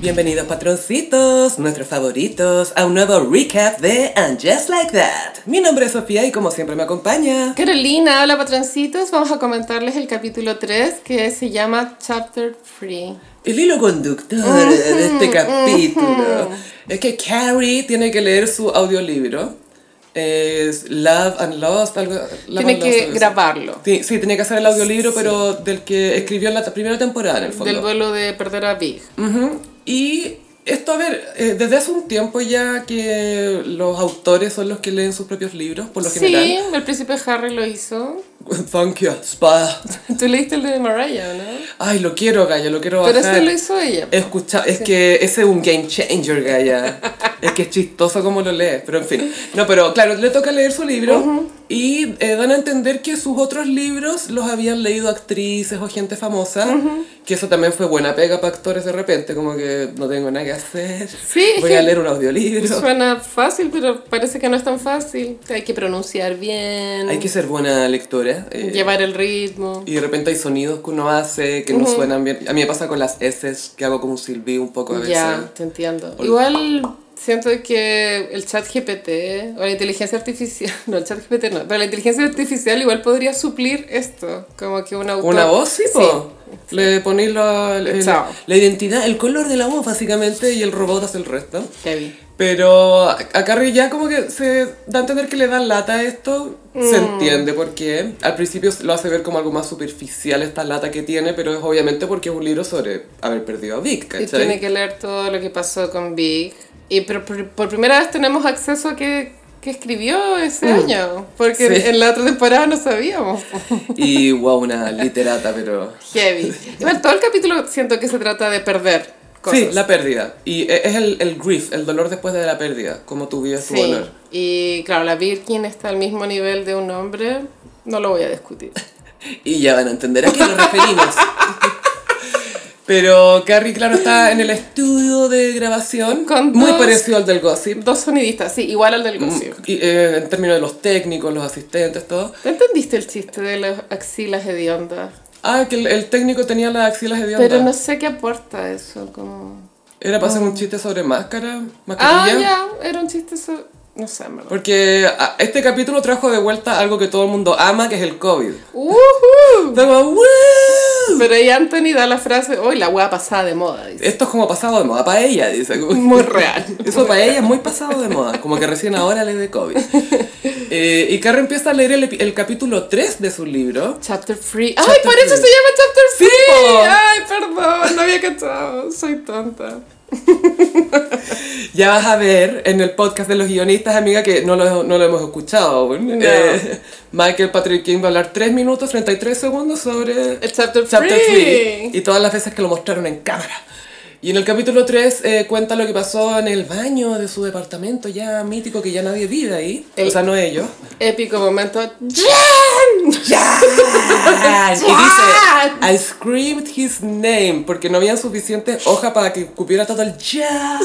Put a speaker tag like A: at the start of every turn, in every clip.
A: Bienvenidos patroncitos, nuestros favoritos, a un nuevo recap de And Just Like That. Mi nombre es Sofía y como siempre me acompaña.
B: Carolina, hola patroncitos, vamos a comentarles el capítulo 3 que se llama Chapter 3.
A: El hilo conductor de este capítulo es que Carrie tiene que leer su audiolibro. Es Love and Lost, algo. Love
B: Tiene
A: and Lost, algo
B: que
A: así.
B: grabarlo.
A: Sí, sí, tenía que hacer el audiolibro, pero del que escribió en la t- primera temporada, en el fondo.
B: Del duelo de perder a Big.
A: Ujú. Y esto, a ver, eh, desde hace un tiempo ya que los autores son los que leen sus propios libros, por lo
B: Sí,
A: general.
B: el príncipe Harry lo hizo.
A: Thank you, spa.
B: Tú leíste el de Mariah, ¿no?
A: Ay, lo quiero, Gaya, lo quiero
B: Pero
A: bajar.
B: ese lo hizo ella.
A: Escucha, es que ese es un game changer, Gaya. es que es chistoso como lo lees, pero en fin. No, pero claro, le toca leer su libro y eh, dan a entender que sus otros libros los habían leído actrices o gente famosa, que eso también fue buena pega para actores de repente, como que no tengo nada que hacer.
B: Sí, es
A: Voy a
B: que-
A: leer un audiolibro.
B: Suena fácil, pero parece que no es tan fácil. Hay que pronunciar bien,
A: Hay que ser buena lectora. eh,
B: llevar el ritmo.
A: Y de repente hay sonidos que uno hace que no suenan bien. A mí me pasa con las S que hago como un silbido un poco a veces.
B: Ya, te entiendo.
A: Por-
B: Igual siento que el chat GPT o la inteligencia artificial, no, el chat GPT no, pero la inteligencia artificial igual podría suplir esto, como que un autor...
A: Una voz, sí, po. Le ponéis la, el-
B: Chao.
A: la identidad, el color de la voz, básicamente, y el robot hace el resto.
B: Heavy.
A: Pero a a Carrie ya como que se da a entender que le dan lata a esto.
B: Mm.
A: Se entiende por qué. Al principio lo hace ver como algo más superficial esta lata que tiene, pero es obviamente porque es un libro sobre haber perdido a Vic,
B: Y
A: ¿cachai?
B: tiene que leer todo lo que pasó con Big. Y pero por, por primera vez tenemos acceso a que, que escribió ese año, porque
A: Mm. Sí.
B: en la otra temporada no sabíamos.
A: Y wow, una literata, pero...
B: Heavy. Igual todo el capítulo siento que se trata de perder cosas.
A: Sí, la pérdida. Y e- es el, el grief, el dolor después de la pérdida, como tú vives tu
B: Sí,
A: dolor.
B: y claro, la Birkin está al mismo nivel de un hombre, no lo voy a discutir.
A: Y ya van a entender a qué nos referimos. Pero Carrie, claro, está en el estudio de grabación,
B: Con
A: muy
B: dos-
A: parecido al del gossip.
B: Dos sonidistas, sí, igual al del gossip.
A: Y, eh, en términos de los técnicos, los asistentes, todo.
B: ¿Te entendiste el chiste de las axilas hediondas?
A: Ah, que el, el técnico tenía las axilas de
B: Pero no sé qué aporta eso, como...
A: Era para hacer un chiste sobre máscara,
B: Ah,
A: mascarilla.
B: ya, era un chiste eso... No sé, en verdad.
A: Porque ah, este capítulo trajo de vuelta algo que todo el mundo ama, que es el COVID.
B: ¡Uhú!
A: Fue como, "Woo".
B: Pero ahí Anthony da la frase, hoy la hueá pasada de moda, dice.
A: Esto es como pasado de moda para ella, dice. como-
B: Muy real.
A: Eso para ella es muy pasado de moda, como que recién ahora le de COVID. Eh, y Carrie empieza a leer el, epi- el capítulo 3 de su libro.
B: Chapter Free. ¡Ay,
A: Chapter
B: por eso
A: Free.
B: se llama Chapter
A: Sí,
B: Free!
A: po.
B: ¡Ay, perdón! No había cachado. Soy tonta.
A: Ya vas a ver en el podcast de los guionistas, amiga, que no lo, no lo hemos escuchado aún.
B: No.
A: Eh, Michael Patrick King va a hablar 3 minutos 33 segundos sobre
B: El Chapter,
A: Chapter
B: free.
A: 3 y todas las veces que lo mostraron en cámara. Y en el capítulo 3 cuenta lo que pasó en el baño de su departamento ya mítico que ya nadie vive ahí.
B: El-
A: O sea, no ellos.
B: Épico momento. ¡Jen!
A: Jan. Y
B: Jan.
A: dice, I screamed his name, porque no había suficiente hoja para que cupiera todo el Jan.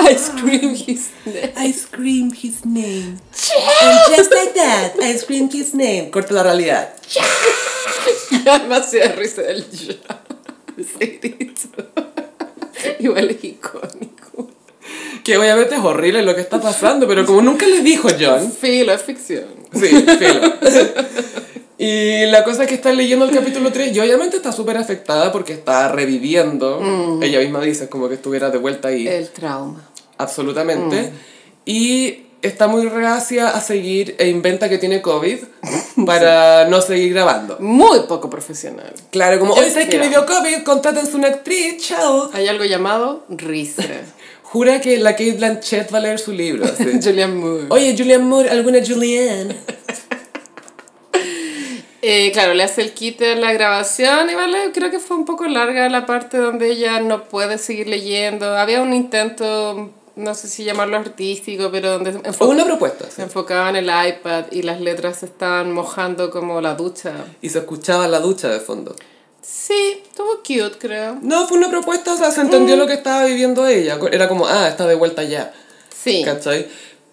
B: I scream his name.
A: I screamed his name. And just like that, I screamed his name. Corta la realidad.
B: Demasiada risa del ya. Ese grito. Igual es icónico.
A: Que obviamente es horrible lo que está pasando, pero como nunca le dijo John.
B: Filo, es ficción.
A: Sí, filo. Y la cosa es que está leyendo el capítulo 3 y obviamente está súper afectada porque está reviviendo. Ella misma dice, como que estuviera de vuelta ahí.
B: El trauma.
A: Absolutamente. Y está muy reacia a seguir e inventa que tiene COVID para no seguir grabando.
B: Muy poco profesional.
A: Claro, como,
B: Yo
A: hoy sabes que me
B: creo.
A: dio COVID, contratense una actriz, chao.
B: Hay algo llamado risa.
A: Jura que la Kate Blanchett va a leer su libro. así.
B: Julian Moore.
A: Oye, Julian Moore, alguna Julianne.
B: Eh, claro, le hace el quite en la grabación y vale, creo que fue un poco larga la parte donde ella no puede seguir leyendo. Había un intento, no sé si llamarlo artístico, pero donde se enfo-
A: O una propuesta.
B: se
A: sí.
B: enfocaba en el iPad y las letras se estaban mojando como la ducha.
A: Y se escuchaba la ducha de fondo.
B: Sí, estuvo cute, creo.
A: No, fue una propuesta, o sea, se entendió lo que estaba viviendo ella. Era como, ah, está de vuelta ya.
B: Sí.
A: ¿Cachai?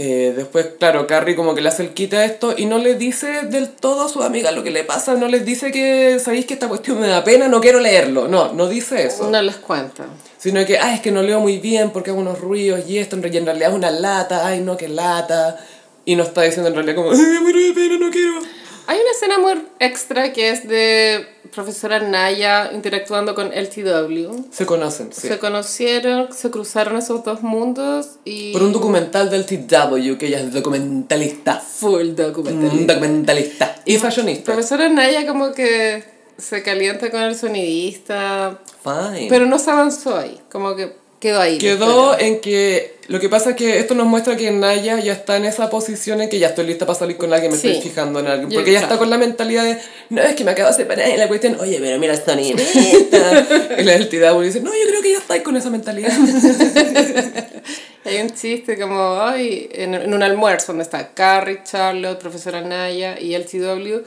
A: Eh, después, claro, Carrie como que le hace el quita esto y no le dice del todo a su amiga lo que le pasa, no les dice que sabéis que esta cuestión me da pena, no quiero leerlo. No, no dice eso.
B: No les cuento.
A: Sino que, ay, es que no leo muy bien porque hago unos ruidos y esto, en re- y en realidad es una lata, ay, no, que lata. Y no está diciendo en realidad como, ay, me muero de pena, no quiero.
B: Hay una escena muy extra que es de profesora Naya interactuando con LTW.
A: Se conocen, sí.
B: Se conocieron, se cruzaron esos dos mundos y...
A: Por un documental del TW, que ella es documentalista.
B: full
A: Mm,
B: documental.
A: Documentalista. Y fashionista.
B: Profesora Naya como que se calienta con el sonidista,
A: Fine.
B: pero no se avanzó ahí, como que quedó ahí. la
A: Quedó
B: historia.
A: en que lo que pasa es que esto nos muestra que Naya ya está en esa posición en que ya estoy lista para salir con alguien, me
B: Sí.
A: estoy fijando en alguien.
B: Yo-
A: Porque ella
B: claro.
A: está con la mentalidad de, no, es que me acabo de separar. Y la cuestión, oye, pero mira, Sony, esta. y la del TW dice, no, yo creo que ya estáis con esa mentalidad.
B: Hay un chiste como, ay, en, en un almuerzo donde está Carrie, Charlotte, profesora Naya y LTW.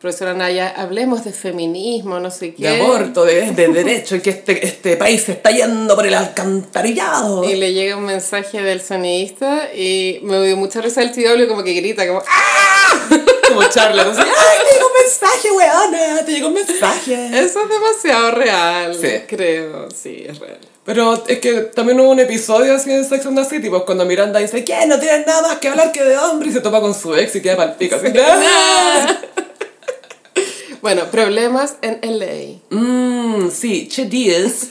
B: Profesora Naya, hablemos de feminismo, no sé qué.
A: De aborto, de, de derecho, y que este, este país se está yendo por el alcantarillado.
B: Y le llega un mensaje del sonidista y me dio mucha risa el TW como que grita, como, ¡ah!
A: Como charla, así, ay, te llegó un mensaje, weona, te llegó un mensaje.
B: Eso es demasiado real,
A: Sí.
B: creo, sí, es real.
A: Pero es que también hubo un episodio así en Sex and the City, pues cuando Miranda dice, ¿qué? No tienen nada más que hablar que de hombre y se topa con su ex y queda pal pico. Así, "Ah".
B: Bueno, problemas en LA.
A: Mm, sí, Che Díaz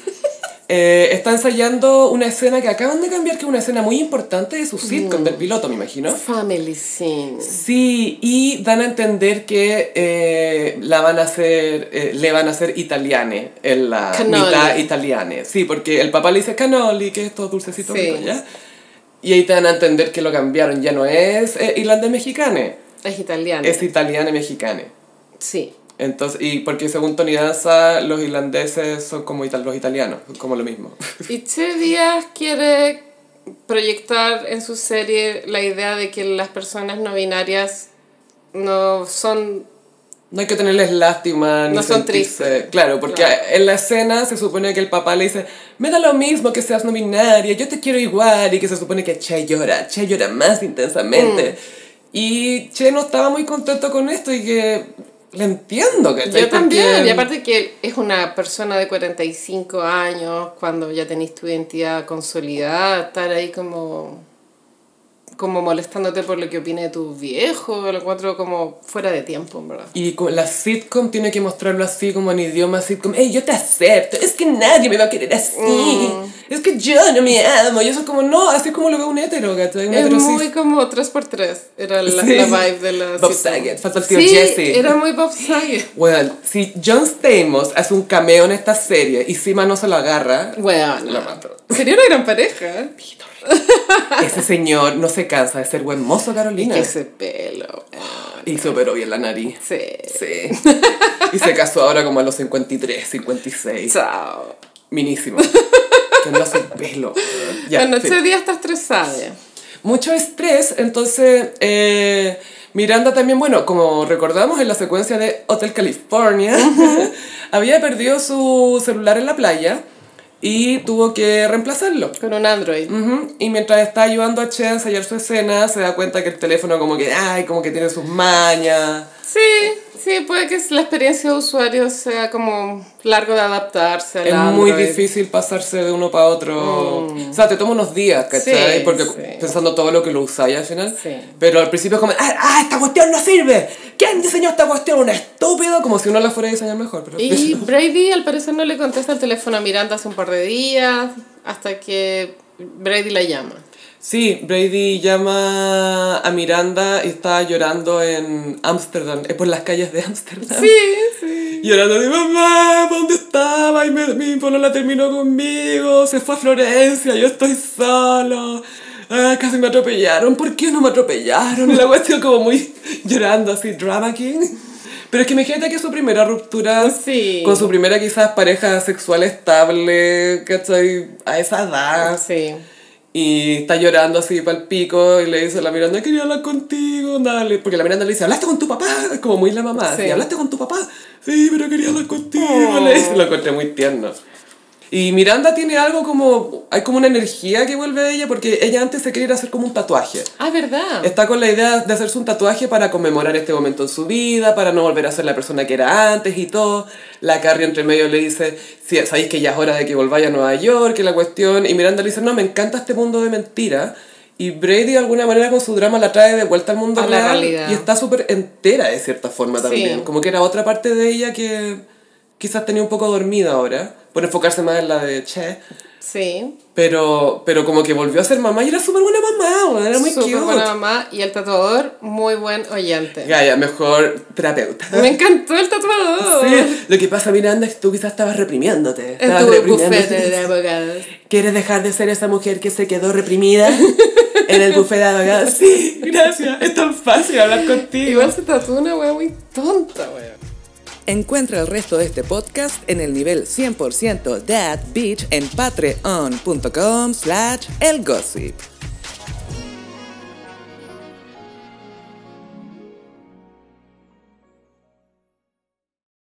A: eh, está ensayando una escena que acaban de cambiar, que es una escena muy importante de su sitcom, del piloto, me imagino.
B: Family Scene.
A: Sí, y dan a entender que eh, la van a hacer, eh, le van a hacer italiane, en la
B: Cannoli.
A: mitad italiane. Sí, porque el papá le dice cannoli, que es estos dulcecitos
B: Sí.
A: ricos, ¿ya? Y ahí te dan a entender que lo cambiaron, ya no es eh, irlandés mexicane,
B: Es italiano.
A: es italiane mexicane.
B: Sí.
A: Entonces, y porque según Tony Danza, los irlandeses son como ital- los italianos, como lo mismo.
B: Y Che Díaz quiere proyectar en su serie la idea de que las personas no binarias no son...
A: No hay que tenerles lástima. ni
B: No son
A: sentirse-
B: tristes.
A: Claro, porque
B: Claro.
A: en la escena se supone que el papá le dice, me da lo mismo que seas no binaria, yo te quiero igual. Y que se supone que Che llora, Che llora más intensamente.
B: Mm.
A: Y Che no estaba muy contento con esto y que le entiendo, que
B: Yo también. Y aparte que es una persona de 45 años, cuando ya tenés tu identidad consolidada, estar ahí como como molestándote por lo que opine de tu viejo, lo encuentro como fuera de tiempo, en verdad.
A: Y con la sitcom tiene que mostrarlo así, como en idioma sitcom. ¡Ey, yo te acepto! Es que nadie me va a querer así.
B: Mm.
A: Es que yo no me amo. Y eso es como, no, así es como lo ve un hétero, ¿cachai? Un
B: Es
A: hétero cis.
B: muy como 3x3, era la,
A: Sí.
B: la vibe de la...
A: Bob
B: sitcom.
A: Saget, falta el tío
B: sí,
A: Jesse.
B: era muy Bob Saget.
A: Bueno, si John Stamos hace un cameo en esta serie y Sima no se lo agarra,
B: Bueno,
A: lo mato.
B: Sería una gran pareja.
A: Ese señor no se cansa de ser buen mozo, Carolina.
B: Que ese pelo. ah,
A: Y se operó bien la nariz.
B: Sí.
A: Sí. Y se casó ahora como a los 53, 56.
B: Chao.
A: Minísimo. Que no hace pelo. weón. Ya,
B: bueno,
A: fin.
B: ese día está estresada.
A: mucho estrés, entonces eh, Miranda también, bueno, como recordamos en la secuencia de Hotel California, había perdido su celular en la playa y tuvo que reemplazarlo.
B: Con un Android.
A: Ujú, Y mientras está ayudando a Che a ensayar su escena, se da cuenta que el teléfono como que, ay, como que tiene sus mañas.
B: Sí, sí, puede que la experiencia de usuario sea como largo de adaptarse. Al
A: Es muy
B: Android.
A: difícil pasarse de uno para otro. O sea, te toma unos días, ¿cachai?
B: Mm. Sí,
A: Porque
B: sí.
A: pensando todo lo que lo usáis al final.
B: Sí.
A: Pero al principio es como, ah, ah, esta cuestión no sirve. ¿Quién diseñó esta cuestión? Un estúpido. Como si uno la fuera a diseñar mejor. Pero
B: Y Brady al parecer no le contesta el teléfono a Miranda hace un par de días, hasta que Brady la llama.
A: Sí, Brady llama a Miranda y está llorando en Ámsterdam. Es por las calles de Ámsterdam.
B: Sí, sí.
A: Llorando de mamá, ¿pa' ¿dónde estaba? Y me, mi la terminó conmigo, se fue a Florencia, yo estoy solo. Ah, casi me atropellaron, ¿por qué no me atropellaron? Y la cuestión como muy llorando así, drama king. Pero es que imagínate que su primera ruptura
B: Sí.
A: con su primera quizás pareja sexual estable, ¿cachai? A esa edad.
B: Sí.
A: Y está llorando así para el pico y le dice a la Miranda, quería hablar contigo, dale. Porque la Miranda le dice, hablaste con tu papá, Es como muy la mamá, así,
B: Sí.
A: hablaste con tu papá. Sí, pero quería hablar contigo, le dice, lo encontré muy tierno. Y Miranda tiene algo como. Hay como una energía que vuelve a ella porque ella antes se quería ir a hacer como un tatuaje.
B: Ah, ¿verdad?
A: Está con la idea de hacerse un tatuaje para conmemorar este momento en su vida, para no volver a ser la persona que era antes y todo. La Carrie entre medio le dice, sí, sabéis que ya es hora de que volváis a Nueva York, que la cuestión... Y Miranda le dice, no, me encanta este mundo de mentira. Y Brady de alguna manera con su drama la trae de vuelta al mundo
B: A la
A: real
B: realidad.
A: y está súper entera de cierta forma también.
B: Sí.
A: Como que era otra parte de ella que quizás tenía un poco dormida ahora, por enfocarse más en la de Che.
B: Sí.
A: Pero, pero como que volvió a ser mamá y era súper buena mamá, weón, era muy
B: Súper
A: cute.
B: buena mamá y el tatuador, muy buen oyente.
A: Gaia, mejor terapeuta.
B: Me encantó el tatuador.
A: Sí, lo que pasa, Miranda, es que tú quizás estabas reprimiéndote.
B: En
A: Estabas
B: tu
A: reprimiéndote.
B: bufete de abogados.
A: ¿Quieres dejar de ser esa mujer que se quedó reprimida en el buffet de abogados? Sí, gracias. Es tan fácil hablar contigo.
B: Igual se tatuó una wea muy tonta, wea.
C: Encuentra el resto de este podcast en el nivel 100% That Beach en patreon.com slash elgossip.